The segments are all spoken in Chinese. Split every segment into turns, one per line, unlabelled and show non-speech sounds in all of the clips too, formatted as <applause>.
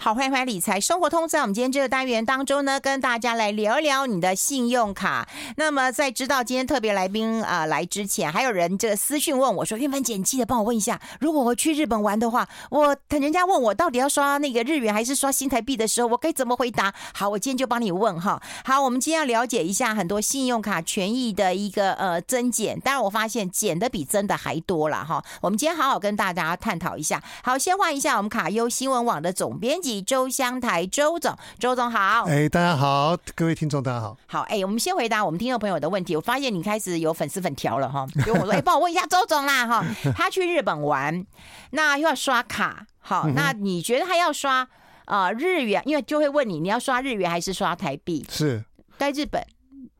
好，欢迎回来理财生活通，在我们今天这个单元当中呢，跟大家来聊一聊你的信用卡。那么在知道今天特别来宾啊、呃来之前，还有人这个私讯问我说：“运芬姐，你记得帮我问一下，如果我去日本玩的话，我等人家问我到底要刷那个日元还是刷新台币的时候，我该怎么回答？”好，我今天就帮你问哈。好，我们今天要了解一下很多信用卡权益的一个呃增减，当然我发现减的比增的还多了哈。我们今天好好跟大家探讨一下。好，先换一下我们卡优新闻网的总编辑周湘台周总，周总好。
哎，大家好，各位听众大家好。
好，哎、我们先回答我们听众朋友的问题。我发现你开始有粉丝粉条了哈，就问我说：“
<laughs>
哎、帮我问一下周总啦哈，他去日本玩，那又要刷卡，好，
嗯
那你觉得他要刷啊、呃日元？因为就会问你，你要刷日元还是刷台币？
是，
在日本，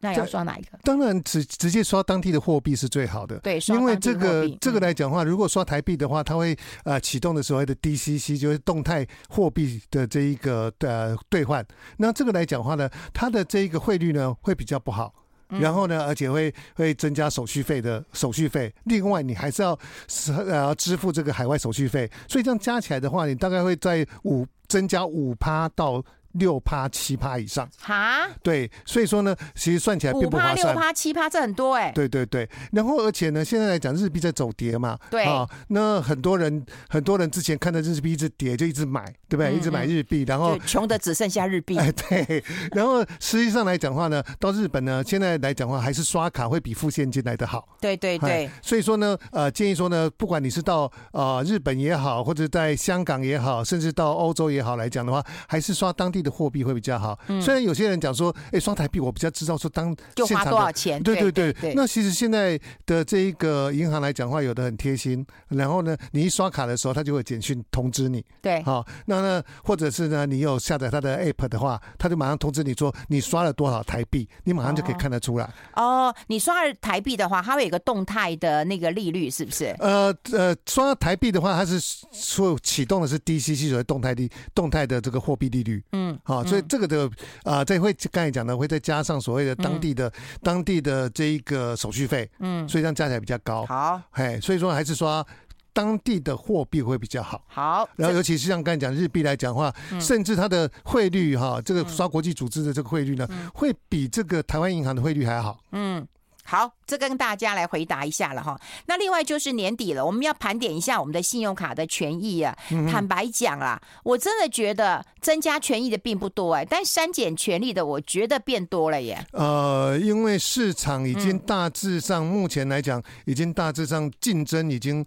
那你要刷哪一个？
当然直直接刷当地的货币是最好的。
对，刷
因为
当地
这
货
个
币
这个
嗯
来讲的话，如果刷台币的话，它会呃启动的所谓的 DCC，就是动态货币的这一个呃兑换。那这个来讲的话呢，它的这一个汇率呢会比较不好。
嗯
然后呢，而且会会增加手续费的手续费。另外，你还是要是呃支付这个海外手续费，所以这样加起来的话，你大概会在五增加五趴到六趴、七趴以上。
哈，
对，所以说呢，其实算起来并
五
不
趴、
划
六
算。
趴、七趴，这很多哎、
对对对，然后而且呢，现在来讲日币在走跌嘛，
对
啊，那很多人很多人之前看到日币一直跌就一直买，对不对？
嗯
一直买日币，然后
就穷的只剩下日币。
哦 <laughs> 哎 <laughs> 对，然后实际上来讲话呢，到日本呢，现在来讲话还是刷卡会比付现金来的好。
对对对
哎，所以说呢，呃，建议说呢，不管你是到呃日本也好，或者在香港也好，甚至到欧洲也好来讲的话，还是刷当地的货币会比较好。虽然有些人讲说，哎，刷台币，我比较知道说当
嗯就
现
花
场
多
的
少钱？
对对
对
对，那其实现在的这一个银行来讲话，有的很贴心，然后呢，你一刷卡的时候，它就会简讯通知你。
对
好、那呢，或者是呢，你有下载它的 app 的话，它就马上通知你说你刷了多少台币，你马上就可以看得出来。
哦，你刷台币的话，它会有一个动态的那个利率，是不是？
呃呃，刷台币的话，它是所启动的是 DCC 所谓动态利动态的这个货币利率。
嗯，
好、所以这个的啊、呃，再会刚才讲的会再加上所谓的当地的、当地的这一个手续费，
嗯，
所以这样加起来比较高。
好
哎，所以说还是刷当地的货币会比较好。
好，
然后，尤其是像刚才讲日币来讲的话，甚至它的汇率哈，这个刷国际组织的这个汇率呢，会比这个台湾银行的汇率还好。
嗯。好，这跟大家来回答一下了哈。那另外就是年底了，我们要盘点一下我们的信用卡的权益啊。
嗯
坦白讲啦，我真的觉得增加权益的并不多哎、但删减权利的我觉得变多了耶。
呃，因为市场已经大致上，目前来讲，已经大致上竞争已经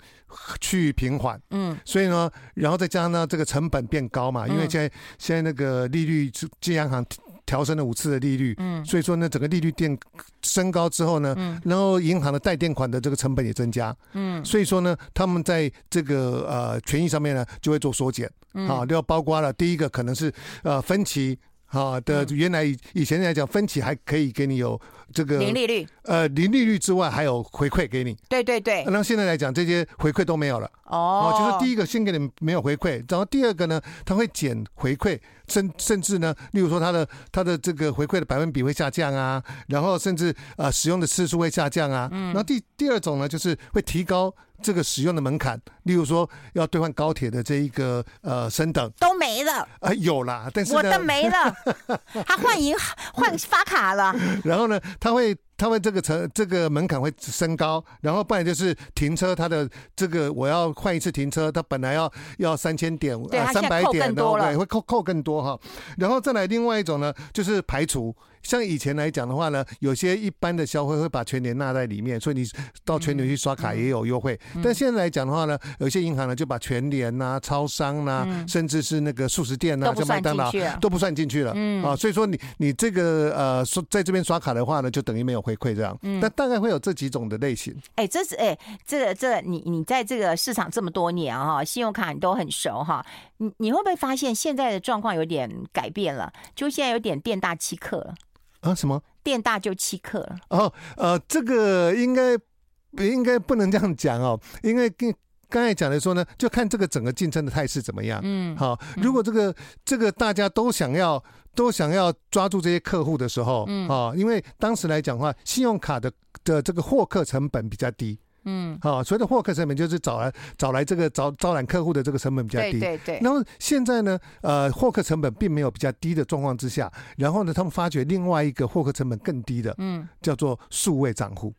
趋于平缓，
嗯，
所以呢，然后再加上呢这个成本变高嘛，因为现在现在那个利率，这央行调升了五次的利率，嗯，所以说呢，整个利率变升高之后呢，
嗯
然后银行的贷垫款的这个成本也增加，嗯，所以说呢，他们在这个呃权益上面呢就会做缩减，
嗯
啊，要包括了第一个可能是呃分期。啊的，
嗯
原来以以前来讲，分期还可以给你有这个
零利率，
呃零利率之外，还有回馈给你。
对对对，
那现在来讲，这些回馈都没有了。
哦
呃哦，，就是第一个先给你没有回馈，然后第二个呢，它会减回馈，甚甚至呢，例如说它的它的这个回馈的百分比会下降啊，然后甚至呃使用的次数会下降啊。嗯。然后第第二种呢，就是会提高这个使用的门槛，例如说要兑换高铁的这一个呃升等
都没了，
啊、有啦，但是
我
呢，
的没
<laughs>
了，他换银换发卡了， <laughs>
然后呢，它会它会这个成这个门槛会升高，然后不然就是停车，它的这个我要换一次停车，它本来要要三千点，啊
对它
三
现在
百
扣
点
更
的，
多了
对，会扣扣更多哈。然后再来另外一种呢，就是排除。像以前来讲的话呢，有些一般的消费会把全年纳在里面，所以你到全年去刷卡也有优惠。
嗯
但现在来讲的话呢，有些银行呢就把全年呐、超商呐、甚至是那个素食店
嗯
呐、
都不
就麦
算
当
进
劳
去了。
都不算进去了，
嗯
啊，所以说你你这个呃，说在这边刷卡的话呢，就等于没有回馈这样，
嗯
但大概会有这几种的类型，
哎、这是哎、这这你你在这个市场这么多年啊哈、信用卡你都很熟哈、你你会不会发现现在的状况有点改变了？就现在有点店大欺客了，
啊，什么？
店大就欺客了。
哦，呃，这个应该应该不能这样讲哦，因为跟刚才讲的说呢，就看这个整个竞争的态势怎么样。
嗯，
好，如果这个这个大家都想要都想要抓住这些客户的时候，嗯，啊，因为当时来讲的话，信用卡的的这个获客成本比较低，
嗯，
啊，所谓的获客成本就是找来找来这个招招揽客户的这个成本比较
对
低。
对对，
然后现在呢，呃，获客成本并没有比较低的状况之下，然后呢，他们发觉另外一个获客成本更低的，
嗯，
叫做数位账户。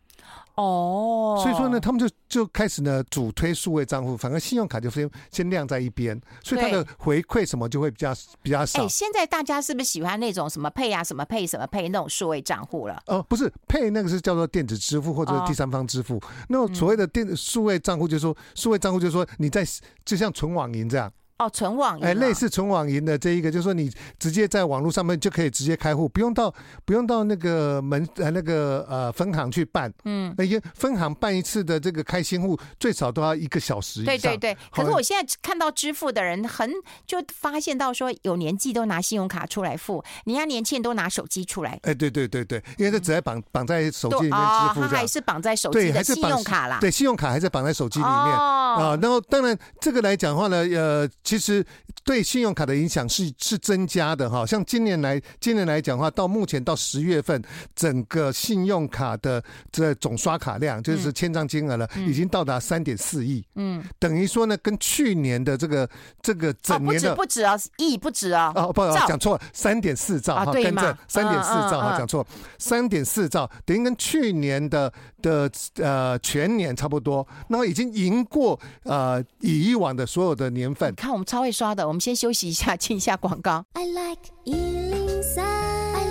哦，
所以说呢，，他们就就开始呢主推数位账户，反而信用卡就先先晾在一边，所以它的回馈什么就会比较比较少
哎，。现在大家是不是喜欢那种什么配啊、什么配、什么配那种数位账户了？
哦，不是配那个是叫做电子支付或者
哦嗯
是第三方支付。那所谓的电数位账户，就是说数位账户，就是说你在就像存网银这样，
哦，存网银啊，
哎，类似存网银的这一个，就是说你直接在网络上面就可以直接开户，不用到不用到那个门呃那个呃分行去办。
嗯，
那些分行办一次的这个开新户，最少都要一个小时以上。
对对对，可
好
是
像
我现在看到支付的人很，就发现到说有年纪都拿信用卡出来付，人家年轻人都拿手机出来，
哎，对对对对，因为这只在绑绑在手机里面
啊，
支
他
付这
还
样，
是绑在手机
对，
的
还是
信
绑
用卡啦，
对，信用卡还是绑在手机里面。
哦，
啊，然后当然，这个来讲的话呢，呃，其实对信用卡的影响是是增加的哈。像今年来，今年来讲的话，到目前到十月份，整个信用卡的这总刷卡量，就是千账金额了，已经到达三点四亿，
嗯，
等于说呢，跟去年的这个这个
哦，
整
不
年
止
的
不止哦，亿不止哦，
哦，不好意思
兆，
讲错了，三点四兆
啊
哈，
对
跟
嘛
着三点四兆
嗯嗯嗯
哈，讲错，三点四兆等于跟去年的的呃全年差不多，那么已经赢过呃以往的所有的年份
你。看我们超会刷的，我们先休息一下，进一下广告。
I like Ealing Sound. I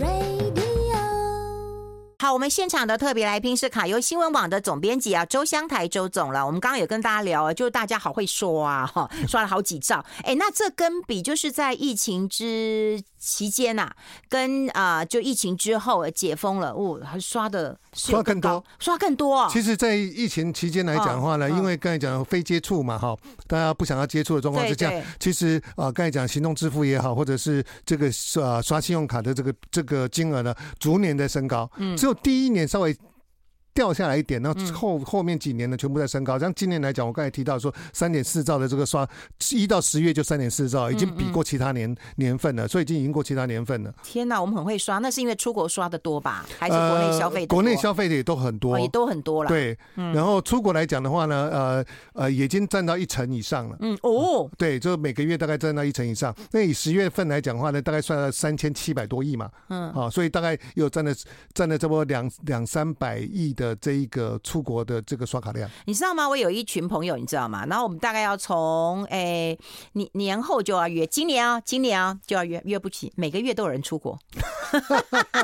like radio.
好，我们现场的特别来宾是卡游新闻网的总编辑啊，周湘台周总了。我们刚刚有跟大家聊啊，就是大家好会说啊，哈，刷了好几兆。哎，那这跟比就是在疫情之期间呐、跟啊、就疫情之后解封了，哦，还刷的是有
刷更多
高，刷更多、哦。
其实，在疫情期间来讲的话呢，
嗯嗯
因为刚才讲的非接触嘛，哈，大家不想要接触的状况
对
之下
嗯对，
其实啊，呃刚才讲行动支付也好，或者是这个呃刷信用卡的这个这个金额呢，逐年在升高，
嗯
只有第一年稍微。掉下来一点，然后后
嗯
后面几年呢，全部在升高。像今年来讲，我刚才提到说，三点四兆的这个刷，一到十月就三点四兆，
嗯
已经比过其他年年份了，所以已经赢过其他年份了。
天哪，我们很会刷，那是因为出国刷的多吧？还是国内消费
呃
得多、
国内消费的也都很多，
哦也都很多了。，
对，
嗯
然后出国来讲的话呢，呃呃，已经占到一成以上了。
嗯，哦，
对，就每个月大概占到一成以上。那以十月份来讲的话呢，大概算了三千七百多亿嘛，
嗯，
啊，所以大概又占了占了差不多两两三百亿的这一个出国的这个刷卡量。
你知道吗？我有一群朋友，你知道吗？然后我们大概要从诶年年后就要约，今年啊，今年啊就要约，约不起，每个月都有人出国， <laughs>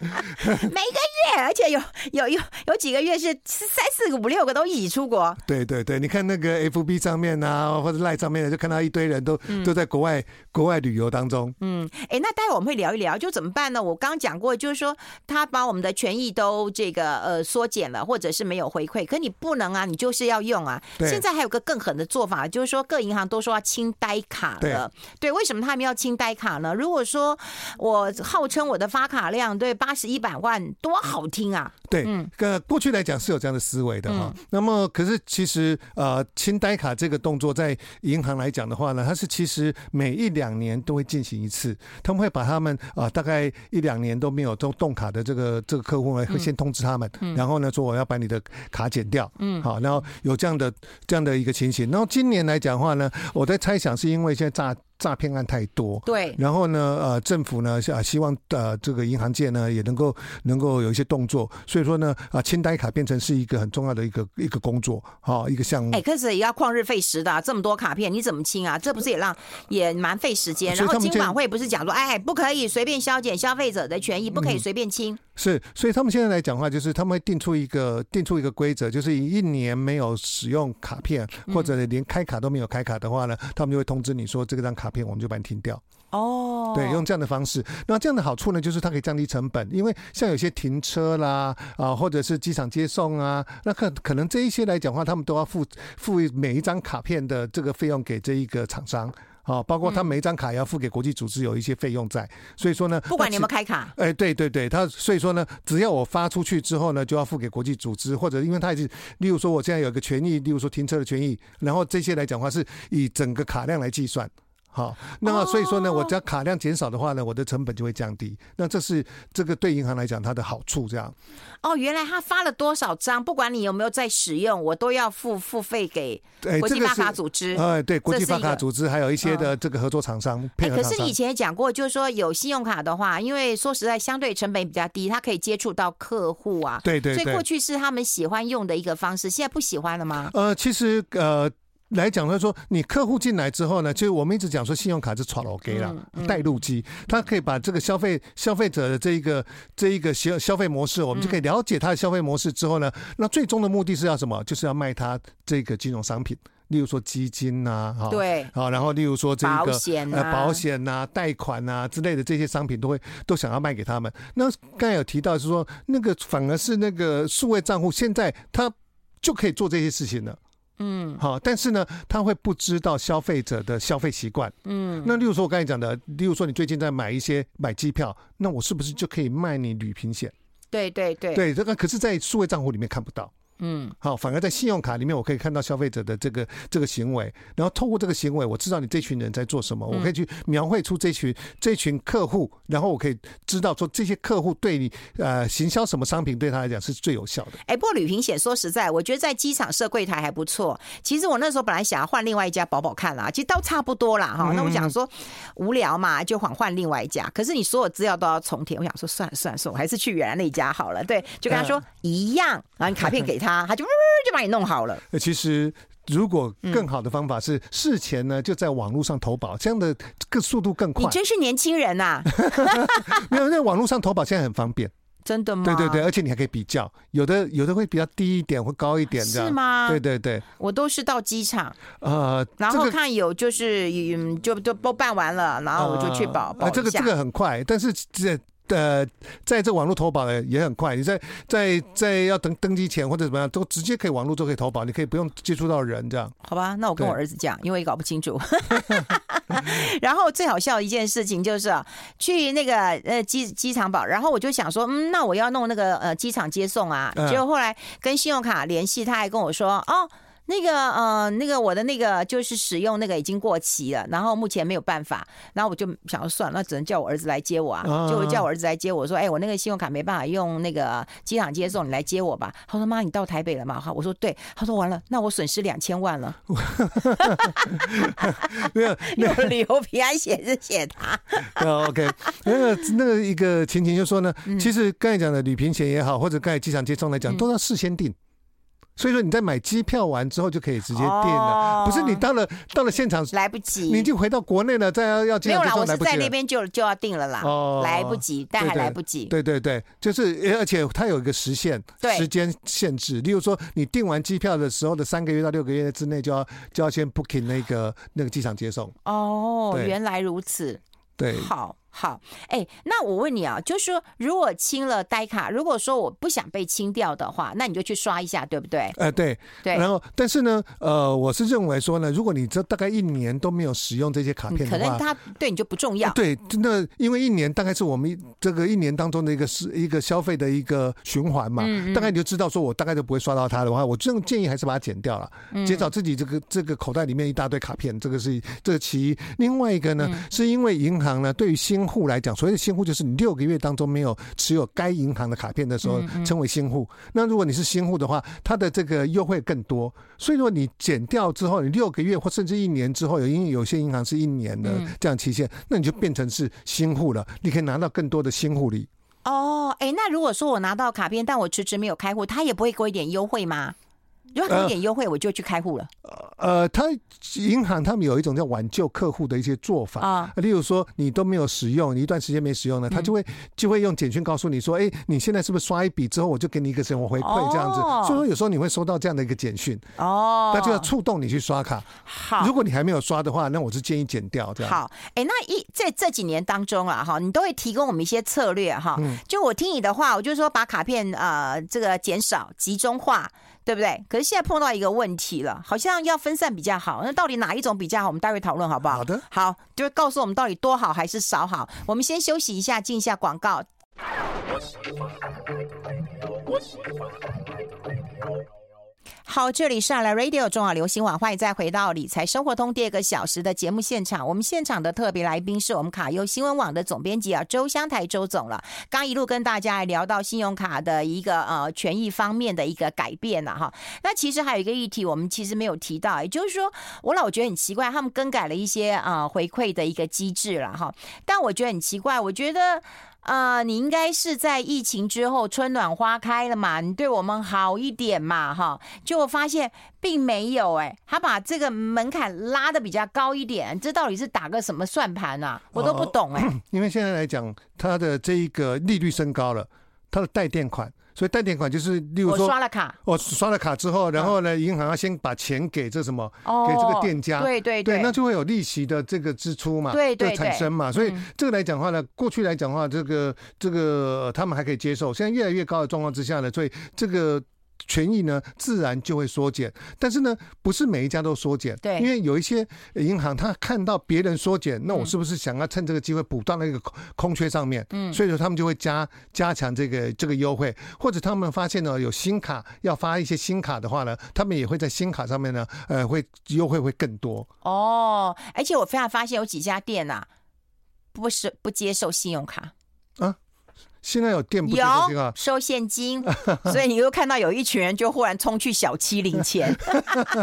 每个月，而且有有有有几个月是三四个五六个都一起出国，
对对对，你看那个 FB 上面啊，或者 Line 上面的，就看到一堆人都、都在国外国外旅游当中。
嗯，哎，那待会我们会聊一聊，就怎么办呢？我刚讲过，就是说他把我们的权益都这个呃缩减了，或者是没有回馈，可你不能啊，你就是要用啊。
对
现在还有个更狠的做法，就是说各银行都说要清呆卡了。对，为什么他们要清呆卡呢？如果说我号称我的发卡量对八十一百万，多好听啊！
对，呃，过去来讲是有这样的思维的哈。那么，可是其实呃，清呆卡这个动作在银行来讲的话呢，它是其实每一两年都会进行一次，他们会把他们啊、呃大概一两年都没有动动卡的这个这个客户呢，会先通知他们，然后呢说我要把你的卡剪掉，嗯，好，然后有这样的这样的一个情形。然后今年来讲的话呢，我在猜想是因为现在诈诈骗案太多，
对，
然后呢，呃，政府呢，啊，希望呃，这个银行界呢也能够能够有一些动作，所以说呢，啊、清单卡变成是一个很重要的一个一个工作，好、一个项目。
哎，可是也要旷日费时的啊、这么多卡片你怎么清啊？这不是也让也蛮费时间。然
所以他
后
们
金
这
管会不是讲说，哎，不可以随便削减消费者的权益，不
嗯
可以随便清。
是，所以他们现在来讲的话，就是他们会定出一个定出一个规则，就是一年没有使用卡片，
嗯
或者连开卡都没有开卡的话呢，他们就会通知你说这个张卡片我们就把你停掉。
哦，
对，用这样的方式。那这样的好处呢，就是它可以降低成本，因为像有些停车啦，啊，或者是机场接送啊，那可可能这一些来讲的话，他们都要付付每一张卡片的这个费用给这一个厂商。啊，包括他
嗯
每一张卡也要付给国际组织有一些费用在，所以说呢，
不管你有没有
那
开
其
卡，
哎，对对对，他所以说呢，只要我发出去之后呢，就要付给国际组织，或者因为他已经，例如说我现在有一个权益，例如说停车的权益，然后这些来讲的话是以整个卡量来计算。好，那么所以说呢，我
哦
只要卡量减少的话呢，我的成本就会降低。那这是这个对银行来讲它的好处，这样。
哦，原来他发了多少张，不管你有没有在使用，我都要付付费给
哎
国际
这个
发卡
是
组织。
哎，对，国
这
际
是
发
一
卡
个嗯
组织还有一些的这个合作厂商配
哎，
合
可
厂
是你以
商。
前也讲过，就是说有信用卡的话，因为说实在，相对成本比较低，它可以接触到客户啊。
对对
所以
对
过。去是他们喜欢用的一个方式，现在不喜欢了吗？
呃，其实呃。来讲，他说你客户进来之后呢，就是我们一直讲说，信用卡是传楼给啦，
嗯
带路机，它可以把这个消费消费者的这一个这一个消消费模式，我们就可以
嗯
了解他的消费模式之后呢，那最终的目的是要什么？就是要卖他这个金融商品，例如说基金呐、哈，，
对，
好，然后例如哦说这
保
个
险
呃
啊
保险呐、贷款呐、之类的这些商品都会都想要卖给他们。那刚才有提到是说，那个反而是那个数位账户，现在他就可以做这些事情了。
嗯
好，但是呢，他会不知道消费者的消费习惯。
嗯，
那例如说我刚才讲的，例如说你最近在买一些买机票，那我是不是就可以卖你旅平险？
对对对，
对，这个可是，在数位账户里面看不到。
嗯
好，反而在信用卡里面，我可以看到消费者的这个这个行为，然后透过这个行为，我知道你这群人在做什么，我
嗯
可以去描绘出这群这群客户，然后我可以知道说这些客户对你呃行销什么商品对他来讲是最有效的。
哎，不过旅行险说实在，我觉得在机场设柜台还不错。其实我那时候本来想要换另外一家保保看啦，其实都差不多啦哈。那我
嗯
想说无聊嘛，就换换另外一家。可是你所有资料都要重填，我想说算了算了算了，我还是去原来那一家好了。对，就跟他
嗯
说一样，然后你卡片给他，他就就把你弄好了。
呃，其实。如果
嗯
更好的方法是事前呢就在网络上投保，这样的更速度更
你
快。
真是年轻人
<laughs>
呐、
没有在网络上投保现在很方便，
真的吗？
对对对，，而且你还可以比较，有的有的会比较低一点或高一点这样。
是？吗？
对对对，
我都是到机场，
呃，
然
这
后
个
看有就是嗯，就就都办完了，然后我就去保、
啊
保一下。
这个这个很快，但是这。呃，在这网络投保的也很快，你在在在要登登机前或者怎么样，都直接可以网络就可以投保，你可以不用接触到人这样。
好吧，那我跟
对
我儿子讲，因为搞不清楚。 <laughs> 然后最好笑的一件事情就是啊去那个呃机机场保，然后我就想说，嗯，那我要弄那个呃机场接送啊。
嗯
结果后来跟信用卡联系，他还跟我说，哦。那个呃，那个我的那个就是使用那个已经过期了，然后目前没有办法，然后我就想说算了，那只能叫我儿子来接我啊，
啊
就叫我儿子来接我说，哎，我那个信用卡没办法用那个机场接送，你来接我吧。他说妈，你到台北了吗？我说对。他说完了，那我损失两千万了。
<laughs> 没有，
<laughs> 用旅游平安险是写他，
呃，OK，那个那个一个情形就说呢，
嗯
其实刚才讲的旅平险也好，或者刚才机场接送来讲，都要事先定。所以说你在买机票完之后就可以直接订了，
哦
不是你到了到了现场，
来不及，
你就回到国内了，再要要机
没有
场接
啦，
送
我
来
是
不及
在
了
那边就就要定了啦，
哦
来不及，但
对
还
对
来不及。
对对对，就是而且它有一个时限
对，
时间限制。例如说，你订完机票的时候的三个月到六个月之内，就要就要先 booking 那个那个机场接送。
哦，
对
原来如此，
对，
好好，哎、那我问你啊，就是说，如果清了呆卡，如果说我不想被清掉的话，那你就去刷一下，对不对？
呃，对，
对，嗯
然后但是呢，呃，我是认为说呢，如果你这大概一年都没有使用这些卡
你
片
嗯可
的
能
话。
他对你就不重要。
对，那因为一年大概是我们这个一年当中的一个是一个消费的一个循环嘛，
嗯
大概你就知道说我大概就不会刷到它的话，我这种建议还是把它剪掉了，
嗯
减少自己这个这个口袋里面一大堆卡片，这个是这个其一。另外一个呢，是因为银行呢对于新户来讲，所谓的新户就是你六个月当中没有持有该银行的卡片的时候称为新户。那如果你是新户的话，它的这个优惠更多。所以说你减掉之后，你六个月或甚至一年之后，有因有些银行是一年的这样期限，那你就变成是新户了，你可以拿到更多的新户礼。
哦，哎、那如果说我拿到卡片，但我迟迟没有开户，他也不会给我一点优惠吗？如果他给我一点优惠，我就去开户了
呃，它银行他们有一种叫挽救客户的一些做法。
啊。
例如说，你都没有使用，你一段时间没使用呢，他
嗯
就会就会用简讯告诉你说，哎，你现在是不是刷一笔之后，我就给你一个什么回馈这样子
哦。
所以说有时候你会收到这样的一个简讯，
哦，
那就要触动你去刷卡。
好
如。果你还没有刷的话，那我是建议减掉这样。
好，哎、那一在这几年当中啊，哈，你都会提供我们一些策略哈。
嗯
就我听你的话，我就说把卡片呃这个减少、集中化，对不对？可是现在碰到一个问题了，好像要分散比较好。那到底哪一种比较好？我们待会讨论好不好？
好的，
好，就告诉我们到底多好还是少好。我们先休息一下，进一下广告。好，这里是阿来 Radio 中网流行网，欢迎再回到理财生活通第二个小时的节目现场。我们现场的特别来宾是我们卡优新闻网的总编辑啊，周湘台周总了。刚一路跟大家聊到信用卡的一个呃权益方面的一个改变了哈。那其实还有一个议题，我们其实没有提到，也就是说，我老觉得很奇怪，他们更改了一些呃回馈的一个机制了哈。但我觉得很奇怪，我觉得。呃，你应该是在疫情之后春暖花开了嘛，你对我们好一点嘛，哈。结果发现并没有、哎，他把这个门槛拉的比较高一点，这到底是打个什么算盘啊？我都不懂、哎、
因为现在来讲，它的这一个利率升高了，它的带电款，所以带电款就是，例如
我
说
刷了卡，
我刷了卡之后，然后呢，银行要先把钱给这什么，
哦，
给这个店家，
对对
对，那就会有利息的这个支出嘛，
对对
就产
对
生嘛，所以
嗯
这个来讲话呢，过去来讲话，这个这个、呃他们还可以接受，现在越来越高的状况之下呢，所以这个。权益呢，自然就会缩减，但是呢，不是每一家都缩减，
对
因为有一些呃银行他看到别人缩减，那我
嗯
是不是想要趁这个机会补到那个空空缺上面？
嗯
所以说他们就会加加强这个这个优惠，或者他们发现呢有新卡要发一些新卡的话呢，他们也会在新卡上面呢，呃，会优惠会更多。
哦，而且我非常发现有几家店啊，不是不接受信用卡，
现在有店不接受这
有
个，
收现金，
<laughs>
所以你又看到有一群人就忽然冲去小七领钱，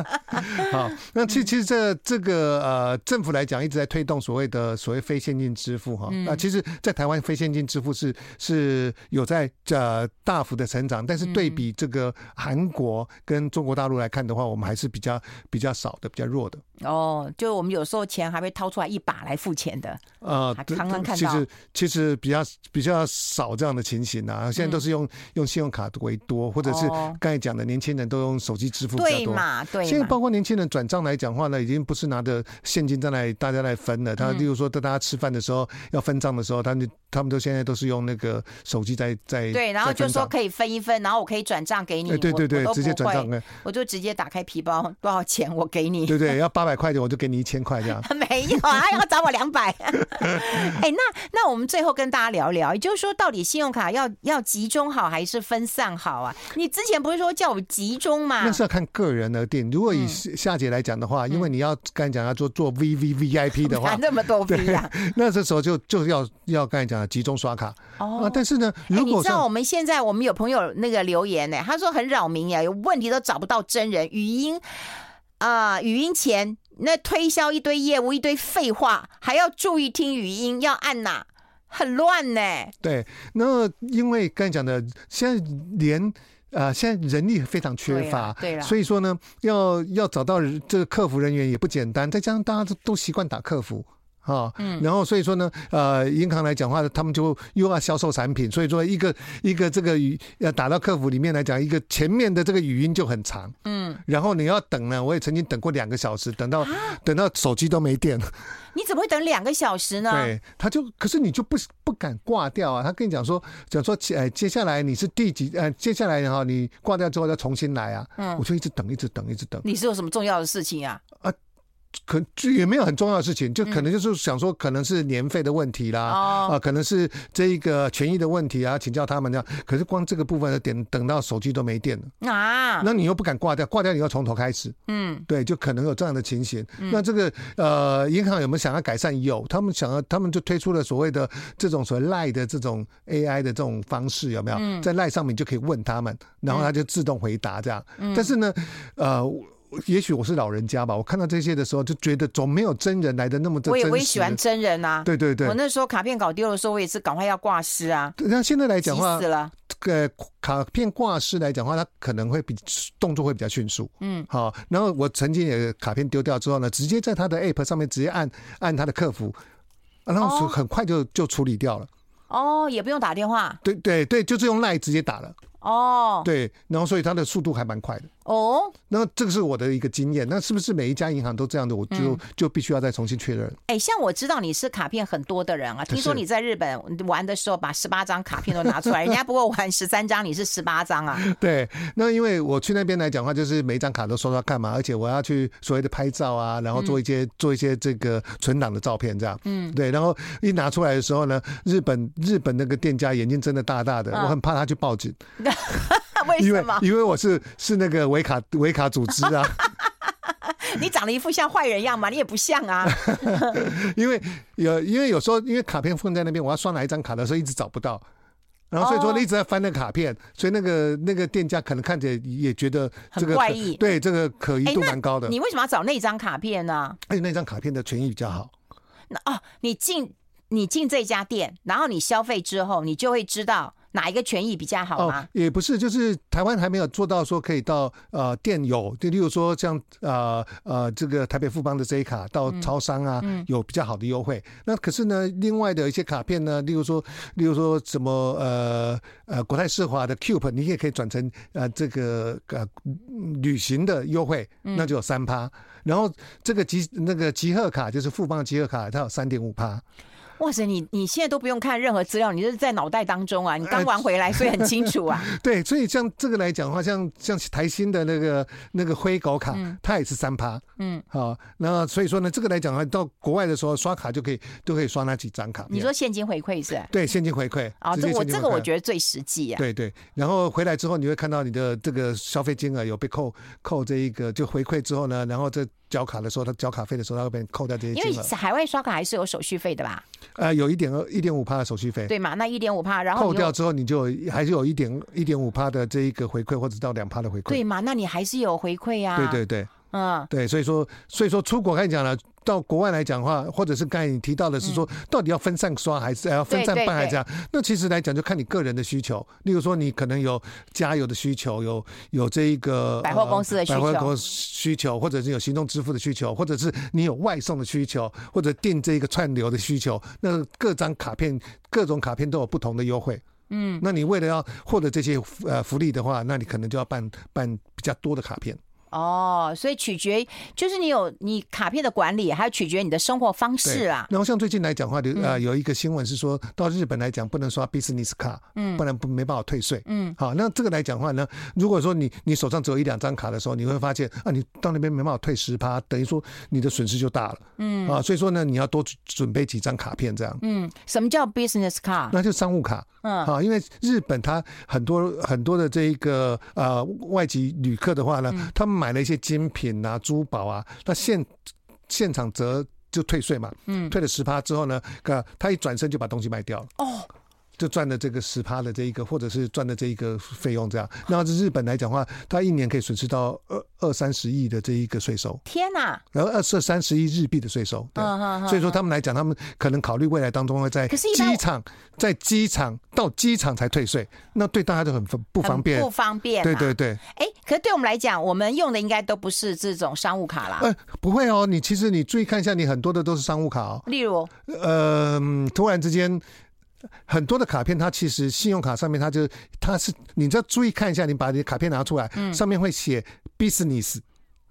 <laughs>
好，那其其实这这个呃政府来讲一直在推动所谓的所谓非现金支付哈，
嗯
那、其实，在台湾非现金支付是是有在呃大幅的成长，但是
嗯
对比这个韩国跟中国大陆来看的话，我们还是比较比较少的，比较弱的。
哦，就我们有时候钱还会掏出来一把来付钱的，
呃
还，
对
常常
对
看
其
到
实其实比较比较少这样的情形啊，现在都是用、用信用卡为多，或者是
哦
刚才讲的年轻人都用手机支付比较
对
多。
嘛？对
现在
嘛？
包括年轻人转账来讲话呢，已经不是拿着现金在那里大家来分了。他
嗯
例如说，在大家吃饭的时候要分账的时候，他们就他们都现在都是用那个手机在在
对，然后
在
就
分
说
账
可以分一分，然后我可以转账给你，
哎对
我
对对
我，都
直接
不
转账
会，
哎，
我就直接打开皮包，多少钱我给你。<laughs>
对对，要八百块钱我就给你一千块这样。
没有啊，要找我两百。 <laughs> 哎，那那我们最后跟大家聊聊，也就是说，到底信用卡要要集中好还是分散好啊？你之前不是说叫我集中吗？
那是要看个人而定。如果以
啊嗯
夏夏姐来讲的话，因为你要刚才讲要做做 V V V I P 的话
<laughs> 哪，那么多不一样
那这时候就就要要刚才讲的集中刷卡啊
哦。。
但是呢，
哎
如
你
果
知道我
说
们现在我们有朋友那个留言呢、他说很扰民呀，有问题都找不到真人，语音啊、语音前那推销一堆业务，一堆废话，还要注意听语音，要按哪，很乱呢、
对，那因为刚才讲的，现在连呃现在人力非常缺乏，
对啦对啦
所以说呢，要要找到人这个客服人员也不简单，再加上大家都都习惯打客服。啊、
嗯
然后所以说呢，呃，银行来讲话，他们就又要销售产品，所以说一个一个这个语要打到客服里面来讲，一个前面的这个语音就很长，
嗯，
然后你要等呢，我也曾经等过两个小时，等
啊
到等到手机都没电，
你怎么会等两个小时呢？
对，他就可是你就不不敢挂掉啊。他跟你讲说，讲说，呃，接下来你是第几？呃，接下来哈，你挂掉之后再重新来啊。
嗯
我就一直等，一直等，一直等，
你是有什么重要的事情啊？
可就也没有很重要的事情，就可能就是想说，可能是年费的问题啦，啊、
哦，
可能是这一个权益的问题啊，请教他们这样。可是光这个部分的点，等到手机都没电了，
啊，
那你又不敢挂掉，挂掉你要从头开始。
嗯，
对，就可能有这样的情形。那这个呃，银行有没有想要改善？有，他们想要，他们就推出了所谓的这种所谓赖的这种 AI 的这种方式，有没有？
嗯
在赖上面就可以问他们，然后他就自动回答这样。
嗯
但是呢，呃。我也许我是老人家吧，我看到这些的时候就觉得总没有真人来的那么的
我
真
也
实。
我也喜欢真人啊。
对对对
我。那时候卡片搞丢的时候，我也是赶快要挂失啊，
那现在来
急
哎讲话
死，了。
呃，卡片挂失来讲话，它可能会比动作会比较迅速。
嗯，
好，然后我曾经也卡片丢掉之后呢，直接在他的 app 上面直接按按他的客服，啊然后
哦
就很快就就处理掉了。
哦，也不用打电话。
对对对，就是用 line 直接打了。
哦，
对，然后所以它的速度还蛮快的。
哦，
那这个是我的一个经验，那是不是每一家银行都这样的？我
嗯
就就必须要再重新确认。
哎，像我知道你是卡片很多的人啊，听说
是
你在日本玩的时候把十八张卡片都拿出
<laughs>
来，人家不过玩十三张，你是十八张啊。
对，那因为我去那边来讲的话，就是每一张卡都刷刷看嘛，而且我要去所谓的拍照啊，然后做一
嗯
些、做一些这个存档的照片这样。嗯，对，然后一拿出来的时候呢，日本日本那个店家眼睛真的大大的，
嗯
我很怕他去报警。
为
因
什
为
么？
因为我是是那个维卡维卡组织
<laughs>
啊，
你长得一副像坏人样嘛，你也不像
<laughs>
啊。
因为有因为有时候因为卡片放在那边，我要刷哪一张卡的时候一直找不到，然后所以说
哦
一直在翻那个卡片，所以那个那个店家可能看着也觉得这
很
个
怪
可
异
对这个可疑
哎
度
那
蛮高的，
你为什么要找那张卡片呢？
而且哎那张卡片的权益比较好。
那哦，你进你进这家店，然后你消费之后，你就会知道哪一个权益比较好吗？
哦也不是，就是台湾还没有做到说可以到呃店有，就例如说像呃呃这个台北富邦的这一卡到超商啊、
嗯
有比较好的优惠。那可是呢，另外的一些卡片呢，例如说例如说什么呃呃国泰世华的 Cube，你也可以转成呃这个呃旅行的优惠，
嗯
那就有三趴。然后这个集那个集贺卡就是富邦的集贺卡，它有三点五趴。哦
哇塞，你你现在都不用看任何资料，你就是在脑袋当中啊，你刚玩回来，所以很清楚啊。
对，所以像这个来讲的话，像像台新的那个那个灰狗卡，它也是三趴，
嗯，
好、那所以说呢，这个来讲的话，到国外的时候刷卡就可以都可以刷那几张卡片。
你说现金回馈是吧？
对，现金回馈
啊、
直
这
接
我
现金
这
回
个我
馈
觉得最实际啊。
对对，然后回来之后，你会看到你的这个消费金额有被扣扣这一个，就回馈之后呢，然后这缴卡的时候，他缴卡费的时候，他会被扣掉这些
因为
金额，
海外刷卡还是有手续费的吧？
呃，有一点二一点五趴的手续费，
对嘛？那一点五帕，然后
扣
你又
掉之后，你就有还是有一点一点五趴的这一个回馈，或者到两趴的回
对
馈，
嘛？那你还是有回馈啊。
对对对。
嗯，
对，所以说，所以说出国刚才讲了，到国外来讲的话，或者是刚才你提到的是说，到底要分散刷还是要分散
嗯对对
办还是
对
这样？那其实来讲就看你个人的需求，例如说你可能有加油的需求，有有这一个
百货公司的需求
呃百货公司需求，或者是有行动支付的需求，或者是你有外送的需求，或者订这一个串流的需求，那各张卡片各种卡片都有不同的优惠。嗯，那你为了要获得这些呃福利的话，那你可能就要办办比较多的卡片。
哦，所以取决就是你有你卡片的管理，还有取决你的生活方
对
式啊。
然后像最近来讲的话，就呃有一个新闻是说到日本来讲不能刷 business 卡，嗯，不然不没办法退税，嗯。好，那这个来讲的话呢，如果说你你手上只有一两张卡的时候，你会发现啊，你到那边没办法退十趴，等于说你的损失就大了，嗯。啊，所以说呢，你要多准准备几张卡片这样，
嗯，什么叫 business card？
那就商务卡，啊
嗯
好，因为日本它很多很多的这一个呃外籍旅客的话呢，他们买了一些精品啊、珠宝啊，那现现场折就退税嘛，嗯，退了十趴之后呢，呃，他一转身就把东西卖掉了，
哦，
就赚了这个十趴的这一个，或者是赚了这一个费用这样。那日本来讲的话，它一年可以损失到二二三十亿的这一个税收，
天哪！
然后二十三十亿日币的税收，对，
嗯嗯嗯
所以说他们来讲，他们可能考虑未来当中会在
可是一般
机场，在机场到机场才退税，那对大家就很不不
很
方便
不。方便、啊。
对对。对，
哎、可是对我们来讲，我们用的应该都不是这种商务卡啦。
呃，不会哦，你其实你注意看一下，你很多的都是商务卡哦，
例如，
呃，嗯突然之间。很多的卡片，它其实信用卡上面，它就它是，你只要注意看一下，你把你的卡片拿出来，上面会写 business，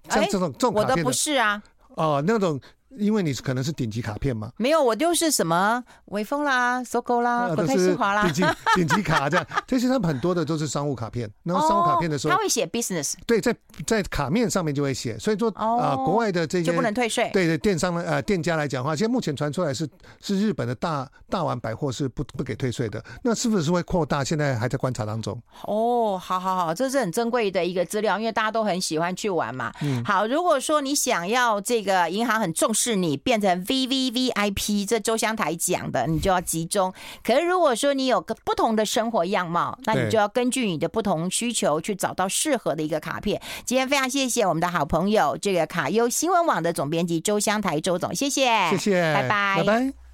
像
嗯哎
这种这种
我
卡
的
片
不
的
是啊，
哦，那种，因为你可能是顶级卡片嘛，
没有，我就是什么微风啦、搜狗啦、
啊
国
都
泰
是
世华啦
顶。
<laughs>
级顶级卡这样，其实他们很多的都是商务卡
哦
片，然后商务卡片的时候，
他会写 business
对，在在卡面上面就会写，所以说
哦
啊、国外的这些
就不能退税。
对对电商呢呃店家来讲的话，现在目前传出来是是日本的大大丸百货是不不给退税的，那是不是会扩大？现在还在观察当中。
哦，好好好，这是很珍贵的一个资料，因为大家都很喜欢去玩嘛。好，如果说你想要这个银行很重视你，变成 V V V I P，这周湘台讲的，你就要集中。可是如果说你有个不同的生活样貌，那你
对
就要根据你的不同需求去找到适合的一个卡片。今天非常谢谢我们的好朋友，这个卡优新闻网的总编辑周湘台周总，谢谢，
谢谢，
哎拜拜，
拜拜。